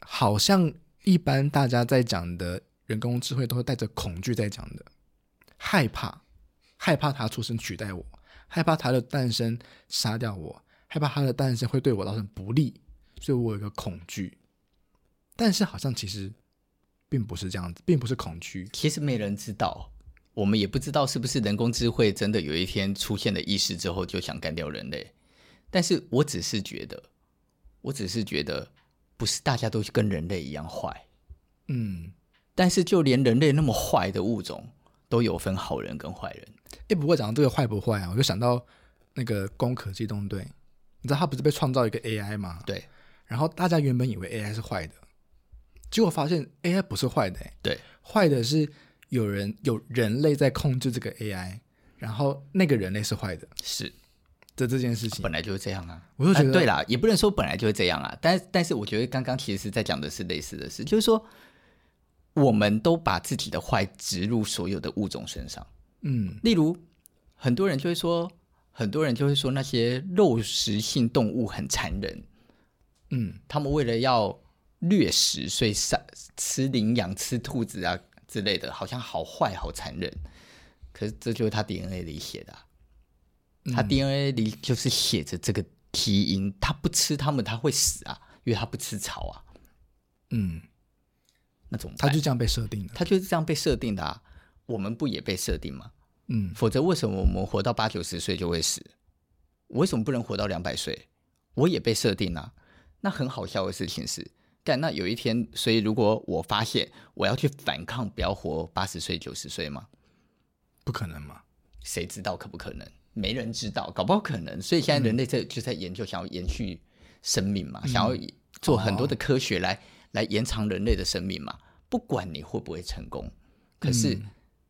好像一般大家在讲的人工智慧都是带着恐惧在讲的，害怕，害怕它出生取代我，害怕它的诞生杀掉我，害怕它的诞生会对我造成不利，所以我有一个恐惧。但是好像其实并不是这样子，并不是恐惧，其实没人知道，我们也不知道是不是人工智慧真的有一天出现了意识之后就想干掉人类。但是我只是觉得，我只是觉得，不是大家都跟人类一样坏，嗯，但是就连人类那么坏的物种，都有分好人跟坏人。哎，不过讲到这个坏不坏啊，我就想到那个《攻壳机动队》，你知道它不是被创造一个 AI 吗？对然后大家原本以为 AI 是坏的，结果发现 AI 不是坏的、欸，对，坏的是有人有人类在控制这个 AI，然后那个人类是坏的是的这件事情本。来就是这样啊。我就觉得啊对啦，也不能说本来就是这样啊，但但是我觉得刚刚其实是在讲的是类似的事，就是说我们都把自己的坏植入所有的物种身上。嗯例如，很多人就会说，很多人就会说那些肉食性动物很残忍，嗯，他们为了要掠食，所以杀吃羚羊、吃兔子啊之类的，好像好坏、好残忍。可是这就是他 DNA 里写的啊、嗯他 DNA 里就是写着这个基因，他不吃他们他会死啊，因为他不吃草啊，嗯，那怎么他办？就这样被设定了。他就是这样被设定的啊，我们不也被设定吗？嗯否则为什么我们活到八九十岁就会死？我为什么不能活到两百岁？我也被设定啊。那很好笑的事情是，但那有一天，所以如果我发现我要去反抗，不要活八十岁、九十岁吗？不可能嘛？谁知道可不可能？没人知道，搞不好可能。所以现在人类在就在研究，想要延续生命嘛，想要做很多的科学来、来延长人类的生命嘛。不管你会不会成功，可是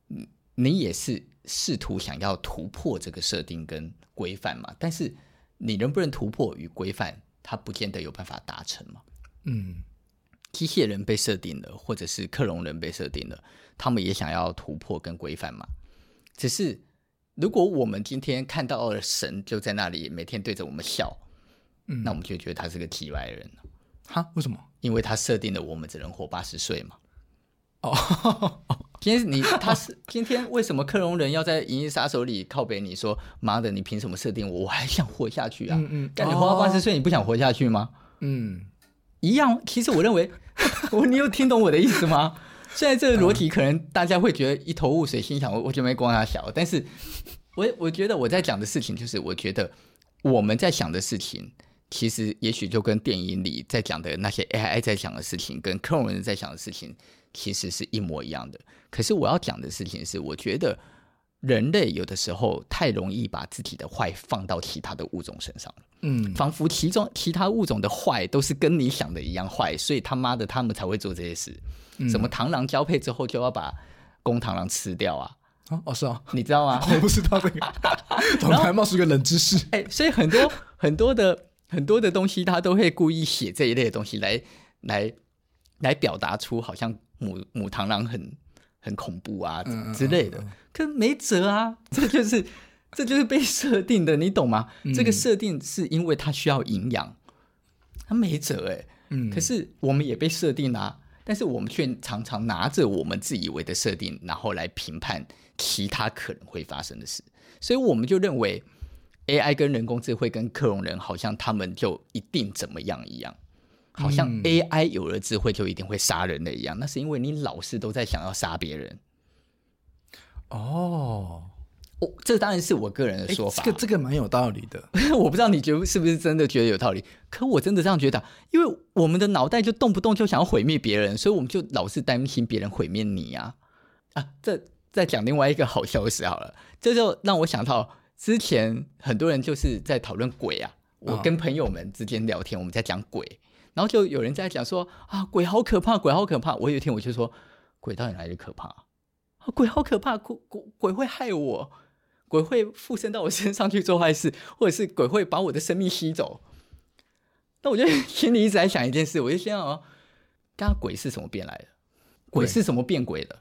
你你也是试图想要突破这个设定跟规范嘛。但是你能不能突破与规范，它不见得有办法达成嘛。嗯机械人被设定了，或者是克隆人被设定了，他们也想要突破跟规范嘛。只是如果我们今天看到了神就在那里每天对着我们笑，嗯那我们就觉得他是个体外人，哈？为什么？因为他设定了我们只能活八十岁嘛。哦，今天你他是今天为什么克隆人要在《银翼杀手》里靠北你说妈的，你凭什么设定我？我还想活下去啊！嗯嗯干你活到哦八十岁，你不想活下去吗？嗯一样。其实我认为， *laughs* 我你有听懂我的意思吗？ *laughs* 虽然这个裸体可能大家会觉得一头雾水，心想我我就没光他小，但是我我觉得我在讲的事情就是，我觉得我们在想的事情，其实也许就跟电影里在讲的那些 AI 在讲的事情，跟克隆人在讲的事情，其实是一模一样的。可是我要讲的事情是，我觉得人类有的时候太容易把自己的坏放到其他的物种身上了。嗯仿佛其中其他物种的坏都是跟你想的一样坏，所以他妈的他们才会做这些事。什么螳螂交配之后就要把公螳螂吃掉啊，哦哦是哦，你知道吗？我不知道这个，怎么还冒出一个冷知识？哎、所以很多很多的很多的东西，他都会故意写这一类的东西来来来表达出好像母母螳螂很很恐怖啊嗯嗯之类的，可没辙啊，这就是这就是被设定的，你懂吗？嗯这个设定是因为它需要营养，它没辙哎、嗯可是我们也被设定啊，但是我们却常常拿着我们自以为的设定，然后来评判其他可能会发生的事，所以我们就认为 AI 跟人工智慧跟克隆人好像他们就一定怎么样一样，好像嗯 AI 有了智慧就一定会杀人的一样，那是因为你老是都在想要杀别人。哦，哦，这当然是我个人的哎说法。啊这个这个蛮有道理的。 *laughs* 我不知道你觉得是不是真的觉得有道理，可我真的这样觉得啊，因为我们的脑袋就动不动就想要毁灭别人，所以我们就老是担心别人毁灭你啊啊！这再讲另外一个好消息好了，这就让我想到之前很多人就是在讨论鬼啊，我嗯跟朋友们之间聊天，我们在讲鬼，然后就有人在讲说啊，鬼好可怕，鬼好可怕。我有一天我就说，鬼到底哪里可怕？啊鬼好可怕，鬼鬼鬼会害我，鬼会附身到我身上去做坏事， *laughs* 或者是鬼会把我的生命吸走。那我就心里一直在想一件事，我就心想哦，刚刚鬼是怎么变来的？鬼对是怎么变鬼的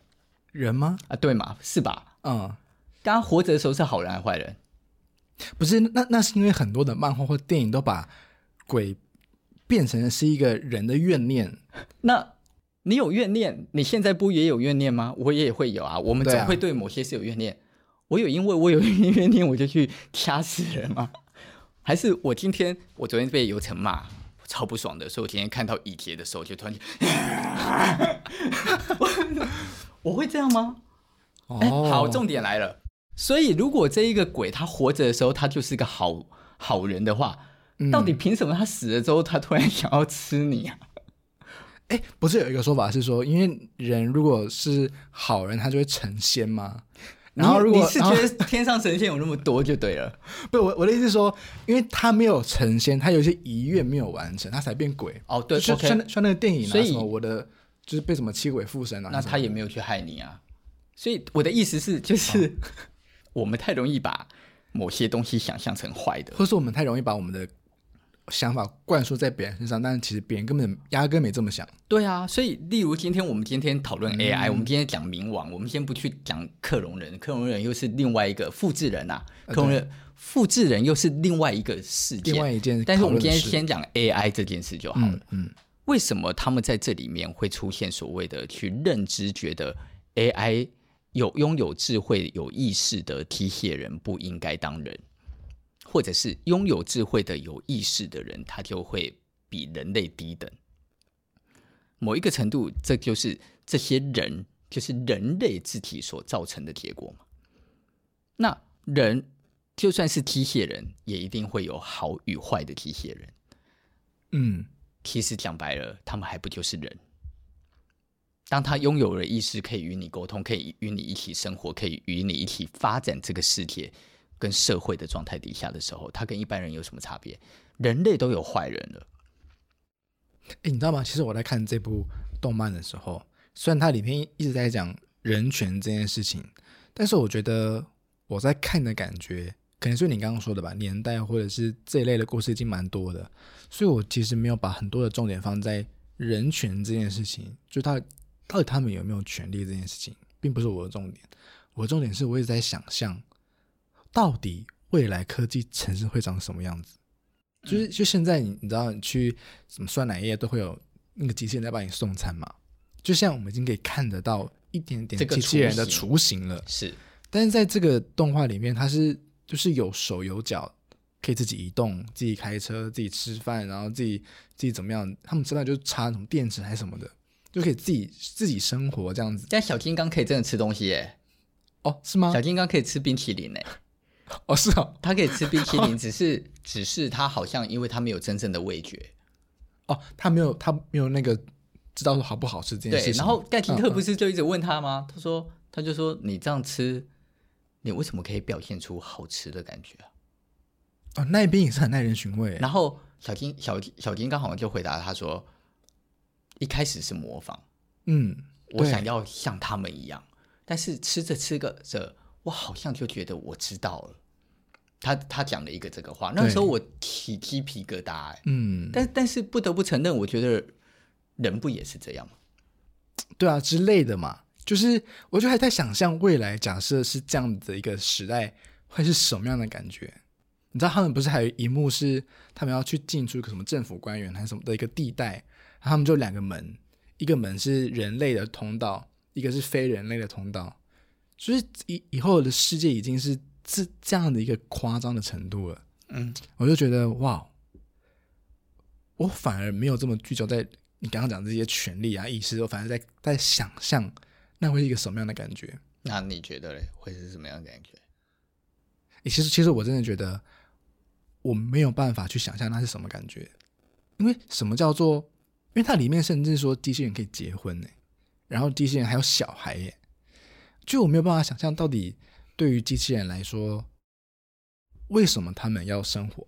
人吗？啊？对嘛，是吧？嗯，刚刚活着的时候是好人还是坏人？不是，那那是因为很多的漫画或电影都把鬼变成是一个人的怨念，那你有怨念，你现在不也有怨念吗？我也会有啊，我们对啊总会对某些事有怨念。我有因为我有怨念，我就去掐死人吗？ *laughs* 还是我今天我昨天被游程骂，我超不爽的，所以我今天看到乙杰的时候就突然就 *laughs* 我，我会这样吗？哦哎、好，重点来了。所以，如果这一个鬼他活着的时候，他就是个好好人的话，嗯到底凭什么他死了之后，他突然想要吃你啊？哎、不是有一个说法是说，因为人如果是好人，他就会成仙吗？然后你如果你是然后觉得天上神仙有那么多就对了 *laughs* 不，我我的意思是说，因为他没有成仙，他有一些遗愿没有完成，他才变鬼。 *laughs* 哦，对就像，OK，那像那个电影啊，所以什么我的就是被什么七鬼附身啊，那他也没有去害你啊。所以我的意思是，就是、我们太容易把某些东西想象成坏的或，者说我们太容易把我们的想法灌输在别人身上，但是其实别人根本压根没这么想。对啊。所以，例如今天我们今天讨论 AI，、我们今天讲冥王，我们先不去讲克隆人，克隆人又是另外一个复制人啊，克隆人、复制人又是另外一个事另外件。一件，但是我们今天，先讲 AI 这件事就好了。嗯嗯，为什么他们在这里面会出现所谓的去认知，觉得 AI 有拥有智慧、有意识的机械人不应该当人，或者是拥有智慧的有意识的人，他就会比人类低等。某一个程度，这就是这些人，就是人类自己所造成的结果嘛。那人就算是机械人，也一定会有好与坏的机械人。嗯，其实讲白了，他们还不就是人？当他拥有了意识，可以与你沟通，可以与你一起生活，可以与你一起发展这个世界跟社会的状态底下的时候，他跟一般人有什么差别？人类都有坏人了，哎、你知道吗？其实我在看这部动漫的时候，虽然它里面一直在讲人权这件事情，但是我觉得我在看的感觉，可能是你刚刚说的吧，年代或者是这一类的故事已经蛮多的，所以我其实没有把很多的重点放在人权这件事情，就他到底他们有没有权利这件事情，并不是我的重点。我的重点是我一直在想象，到底未来科技城市会长什么样子。就是嗯就现在你你知道你去什么酸奶业都会有那个机器人在帮你送餐嘛，就像我们已经可以看得到一点点这个机器人雏的形雏形了。是但是在这个动画里面，它是就是有手有脚，可以自己移动、自己开车、自己吃饭，然后自己自己怎么样？他们知道就是插什么电池还是什么的，就可以自己自己生活这样子。但小金刚可以真的吃东西耶，哦，是吗小？金刚可以吃冰淇 *laughs* 淋耶，哦，是哦，它可以吃冰淇 *laughs* 淋，只是只是它好像因为它没有真正的味觉，哦，他没有他没有那个知道说好不好吃这件事对，情。然后盖奇嗯特嗯不是就一直问他吗？他说，他就说你这样吃，你为什么可以表现出好吃的感觉啊、哦，那一边也是很耐人寻味。然后小金小小金刚好像就回答他说，一开始是模仿，嗯，我对想要像他们一样，但是吃着吃着着，我好像就觉得我知道了。他他讲了一个这个话，那时候我起鸡皮疙瘩、欸，嗯，但但是不得不承认，我觉得人不也是这样吗？对啊之类的嘛，就是我就还在想象未来，假设是这样子的一个时代，会是什么样的感觉？你知道他们不是还有一幕是他们要去进出一个什么政府官员还是什么的一个地带，然后他们就两个门，一个门是人类的通道，一个是非人类的通道，就是以以后的世界已经是这这样的一个夸张的程度了。嗯，我就觉得哇，我反而没有这么聚焦在你刚刚讲这些权利啊、意识，我反而在在想象那会是一个什么样的感觉。那你觉得嘞，会是什么样的感觉？诶其实，其实我真的觉得我没有办法去想象那是什么感觉，因为什么叫做？因为它里面甚至说机器人可以结婚呢，然后机器人还有小欸孩耶，就我没有办法想象到底对于机器人来说，为什么他们要生活？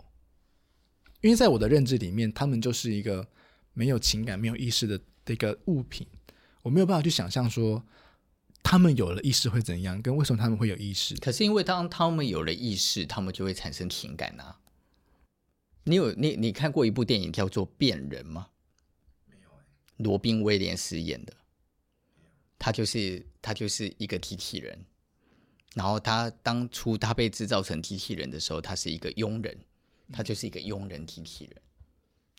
因为在我的认知里面，他们就是一个没有情感、没有意识的的一个物品，我没有办法去想象说他们有了意识会怎样，跟为什么他们会有意识。可是因为当他们有了意识，他们就会产生情感啊。你有你你看过一部电影叫做《变人》吗？没有、罗宾威廉斯演的，他就是他就是一个机器人，然后他当初他被制造成机器人的时候，他是一个佣人，他就是一个佣人机器人，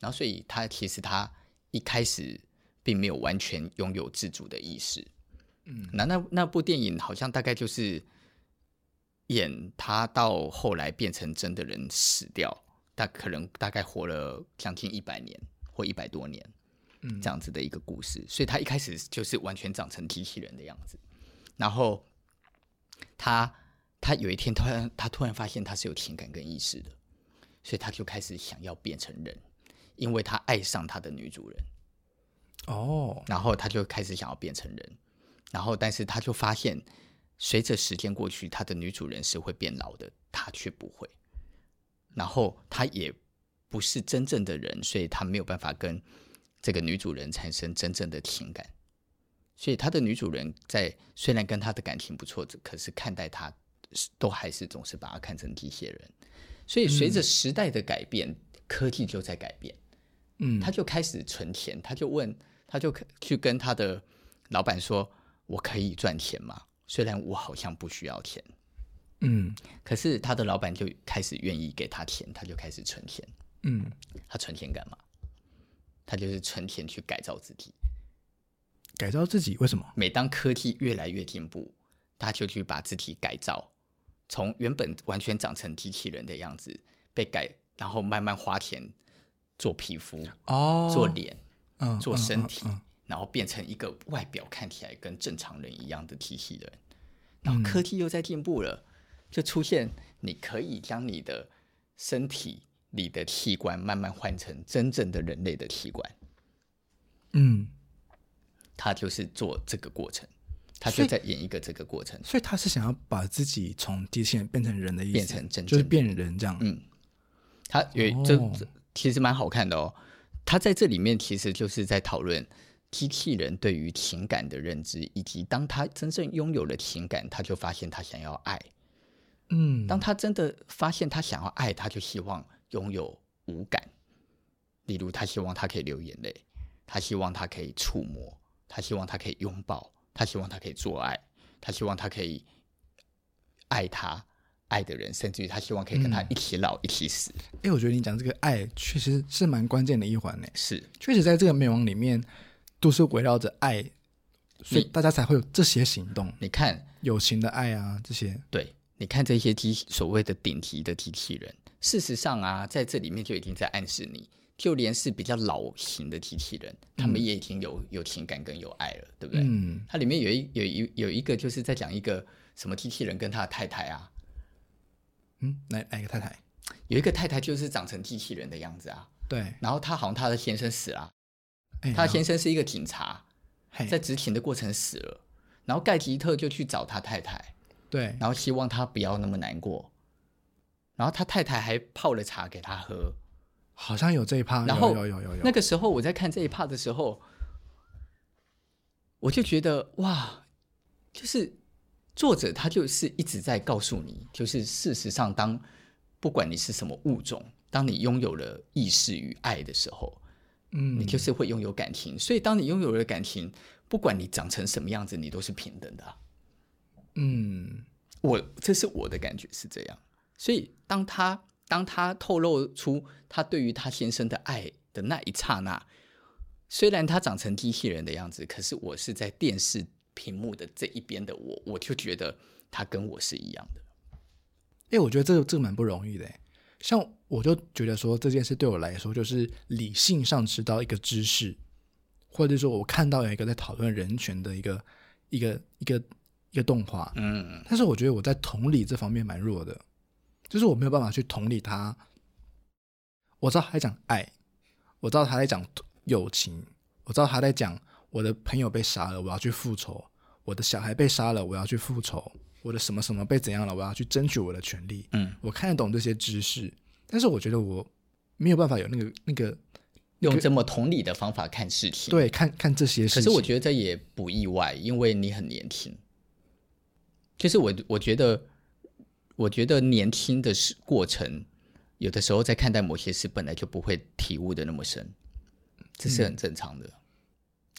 然后所以他其实他一开始并没有完全拥有自主的意识。嗯，那那那部电影好像大概就是演他到后来变成真的人死掉，他可能大概活了将近一百年或一百多年，嗯这样子的一个故事。所以他一开始就是完全长成机器人的样子，然后他他有一天突然他突然发现他是有情感跟意识的，所以他就开始想要变成人，因为他爱上他的女主人。哦，然后他就开始想要变成人，然后但是他就发现，随着时间过去，他的女主人是会变老的，他却不会。然后他也不是真正的人，所以他没有办法跟这个女主人产生真正的情感。所以他的女主人在虽然跟他的感情不错，可是看待他都还是总是把他看成机械人。所以随着时代的改变，科技就在改变。嗯，他就开始存钱，他就问，他就去跟他的老板说：“我可以赚钱吗？虽然我好像不需要钱，嗯可是他的老板就开始愿意给他钱，他就开始存钱。嗯，他存钱干嘛？他就是存钱去改造自己。改造自己为什么？每当科技越来越进步，他就去把自己改造，从原本完全长成机器人的样子被改，然后慢慢花钱做皮肤、哦做脸、嗯做身体，嗯嗯然后变成一个外表看起来跟正常人一样的体系的人。然后科嗯技又在进步了，就出现你可以将你的身体、你的器官慢慢换成真正的人类的器官，嗯，他就是做这个过程，他所就以在演一个这个过程。所以他是想要把自己从机器人变成人的意思，变成真正就是变人这样。嗯他有这哦这其实蛮好看的哦。他在这里面其实就是在讨论机器人对于情感的认知，以及当他真正拥有了情感，他就发现他想要爱。嗯当他真的发现他想要爱，他就希望拥有五感，例如他希望他可以流眼泪，他希望他可以触摸，他希望他可以拥抱，他希望他可以做爱，他希望他可以爱他爱的人，甚至于他希望可以跟他嗯一起老、一起死。哎，我觉得你讲这个爱确实是蛮关键的一环呢。是确实，在这个冥王里面，都是围绕着爱，所以你大家才会有这些行动，你看，友情的爱啊，这些。对，你看这些机所谓的顶级的机器人，事实上啊，在这里面就已经在暗示你，就连是比较老型的机器人，他们也已经有有情感跟有爱了，对不对？嗯它里面有一有一有一个就是在讲一个什么机器人跟他的太太啊，嗯，来来一个太太，有一个太太就是长成机器人的样子啊，对，然后她好像她的先生死了，啊哎她的先生是一个警察，然后嘿在执勤的过程死了，然后盖吉特就去找他太太，对，然后希望他不要那么难过，然后他太太还泡了茶给他喝，好像有这一趴，然后有有有有有那个时候我在看这一 part 的时候，我就觉得哇，就是作者他就是一直在告诉你，就是事实上当，不管你是什么物种，当你拥有了意识与爱的时候，嗯，你就是会拥有感情。所以当你拥有了感情，不管你长成什么样子，你都是平等的啊、嗯我这是我的感觉是这样，所以当他当他透露出他对于他先生的爱的那一刹那，虽然他长成机器人的样子，可是我是在电视屏幕的这一边的我，我就觉得他跟我是一样的。哎、我觉得这个这个蛮不容易的欸。像我就觉得说这件事对我来说，就是理性上知道一个知识，或者说我看到有一个在讨论人权的一个一个一个一个动画，嗯，但是我觉得我在同理这方面蛮弱的，就是我没有办法去同理他。我知道他在讲爱，我知道他在讲友情，我知道他在讲我的朋友被杀了，我要去复仇；我的小孩被杀了，我要去复仇。我的什么什么被怎样了，我要去争取我的权利。嗯，我看得懂这些知识，但是我觉得我没有办法有那个那个用这么同理的方法看事情。，对看看这些事可情。是我觉得这也不意外，因为你很年轻。就是我，我觉得，我觉得年轻的是过程，有的时候在看待某些事，本来就不会体悟的那么深，这是很正常的。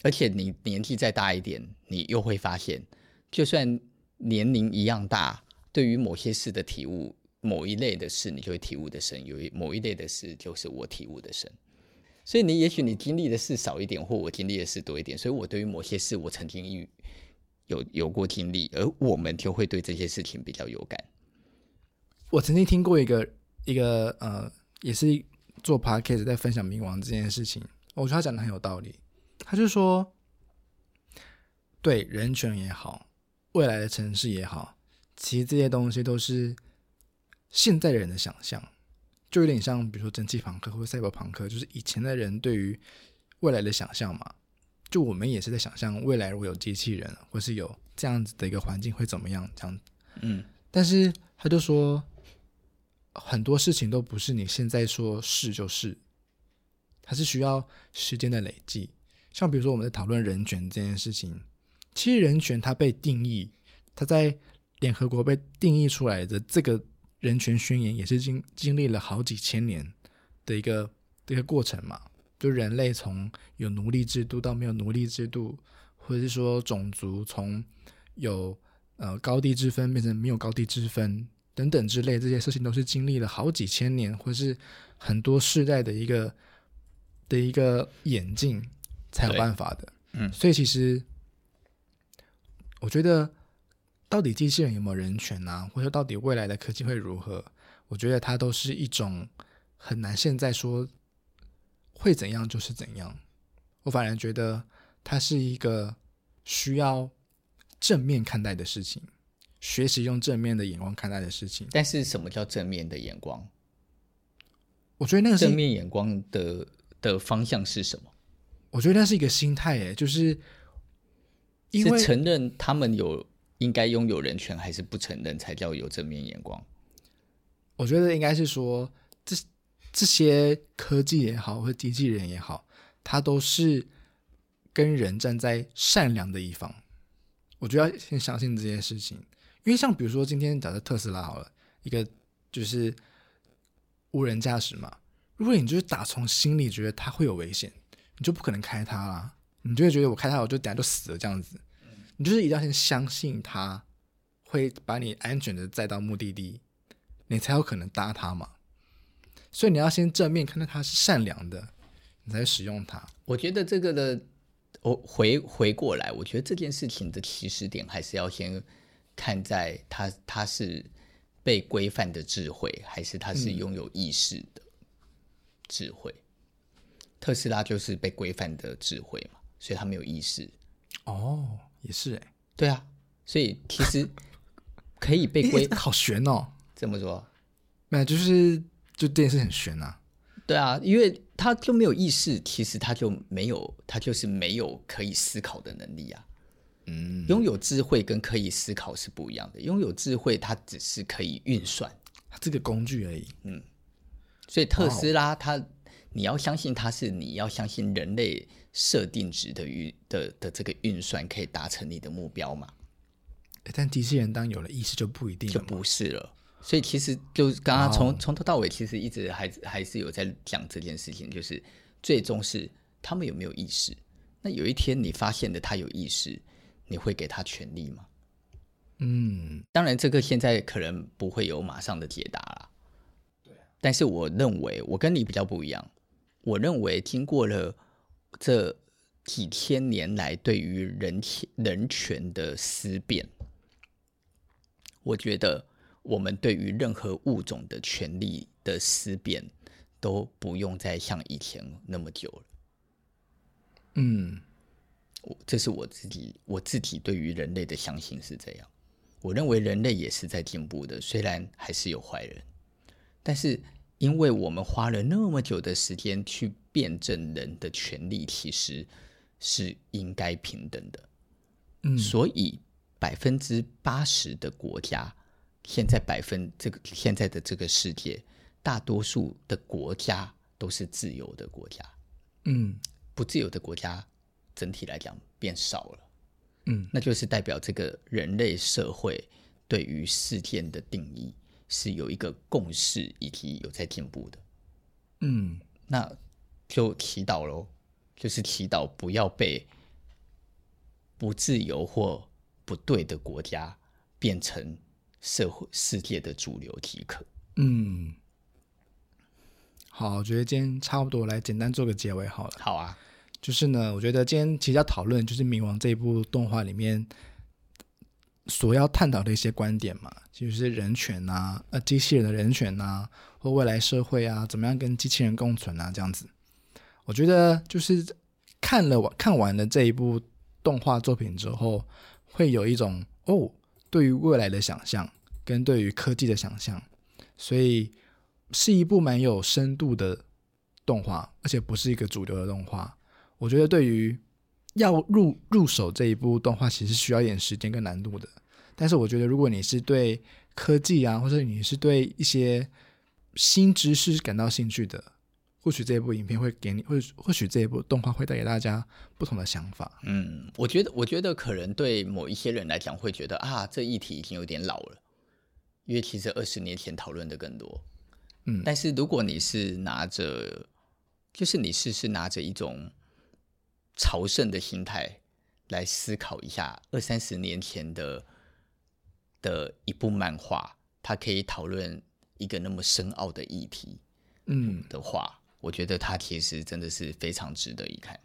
而且你年纪再大一点，你又会发现，就算年龄一样大，对于某些事的体悟，某一类的事你就会体悟的深，有一某一类的事就是我体悟的深。所以你也许你经历的事少一点，或我经历的事多一点，所以我对于某些事我曾经遇有有过经历，而我们就会对这些事情比较有感。我曾经听过一个一个呃，也是做 podcast 在分享冥王这件事情，我觉得他讲的很有道理。他就说，对人权也好，未来的城市也好，其实这些东西都是现在人的想象，就有点像比如说蒸汽朋克或者赛博朋克，就是以前的人对于未来的想象嘛。就我们也是在想象未来如果有机器人，或是有这样子的一个环境会怎么样这样子嗯但是他就说，很多事情都不是你现在说是就是，它是需要时间的累积。像比如说我们在讨论人权这件事情，其实人权它被定义，它在联合国被定义出来的这个人权宣言，也是经经历了好几千年的一个的一个过程嘛。就人类从有奴隶制度到没有奴隶制度，或者是说种族从有呃高低之分变成没有高低之分等等之类，这些事情都是经历了好几千年或是很多世代的一个的一个演进才有对办法的。嗯所以其实我觉得，到底机器人有没有人权啊，或者说到底未来的科技会如何，我觉得它都是一种很难现在说会怎样就是怎样。我反而觉得它是一个需要正面看待的事情，学习用正面的眼光看待的事情。但是什么叫正面的眼光？我觉得那个是正面眼光的的方向是什么？我觉得那是一个心态，诶，就是因为是承认他们有应该拥有人权，还是不承认才叫有正面眼光？我觉得应该是说，这这些科技也好，或者机器人也好，它都是跟人站在善良的一方。我觉得要先相信这件事情，因为像比如说今天假设特斯拉好了，一个就是无人驾驶嘛，如果你就是打从心里觉得它会有危险，你就不可能开它啦，你就会觉得我开它我就等下就死了这样子，你就是一定要先相信它会把你安全的载到目的地，你才有可能搭它嘛。所以你要先正面看到它是善良的，你才使用它。我觉得这个的，我回回过来，我觉得这件事情的起始点还是要先看在它它是被规范的智慧，还是它是拥有意识的智慧。特斯拉就是被规范的智慧嘛，所以它没有意识。哦，也是哎、对啊，所以其实可以被欸，规 *laughs* 这个好悬哦。这么说，没有，就是就这件事很悬啊。对啊，因为他就没有意识，其实他就没有，他就是没有可以思考的能力啊。嗯，拥有智慧跟可以思考是不一样的。拥有智慧，它只是可以运算，它这个工具而已。所以特斯拉它，你要相信它是，你要相信人类设定值的运的的这个运算可以达成你的目标嘛？欸但机器人当有了意识就不一定就了嘛。不是了。所以其实就是刚刚哇哦从从头到尾，其实一直还还是有在讲这件事情，就是最终是他们有没有意识。那有一天你发现了他有意识，你会给他权利吗？嗯，当然，这个现在可能不会有马上的解答啦。但是我认为，我跟你比较不一样。我认为，经过了这几千年来对于人权人权的思辨，我觉得我们对于任何物种的权利的思辨都不用再像以前那么久了。嗯，我这是我自己我自己对于人类的相信是这样。我认为人类也是在进步的，虽然还是有坏人，但是因为我们花了那么久的时间去辩证人的权利，其实是应该平等的，嗯所以百分之八十的国家，现在百分这个现在的这个世界，大多数的国家都是自由的国家，嗯不自由的国家整体来讲变少了。嗯那就是代表这个人类社会对于事件的定义是有一个共识，以及有在进步的。嗯，那就祈祷喽，就是祈祷不要被不自由或不对的国家变成社会世界的主流即可。嗯，好，我觉得今天差不多，来简单做个结尾好了。好啊，就是呢，我觉得今天其实要讨论就是《冥王》这一部动画里面所要探讨的一些观点嘛，就是人权呐、呃，机器人的人权呐、或未来社会啊，怎么样跟机器人共存啊，这样子。我觉得就是看了看完了这一部动画作品之后，会有一种哦，对于未来的想象跟对于科技的想象，所以是一部蛮有深度的动画，而且不是一个主流的动画。我觉得对于要入入手这一部动画，其实需要一点时间跟难度的。但是我觉得，如果你是对科技啊，或者你是对一些新知识感到兴趣的，或许这一部影片会给你，或许或许这一部动画会带给大家不同的想法。嗯，我觉得，我觉得可能对某一些人来讲，会觉得啊，这议题已经有点老了，因为其实二十年前讨论的更多。嗯但是如果你是拿着，就是你是是拿着一种朝圣的心态来思考一下二三十年前的的一部漫画，它可以讨论一个那么深奥的议题嗯，的话，我觉得它其实真的是非常值得一看。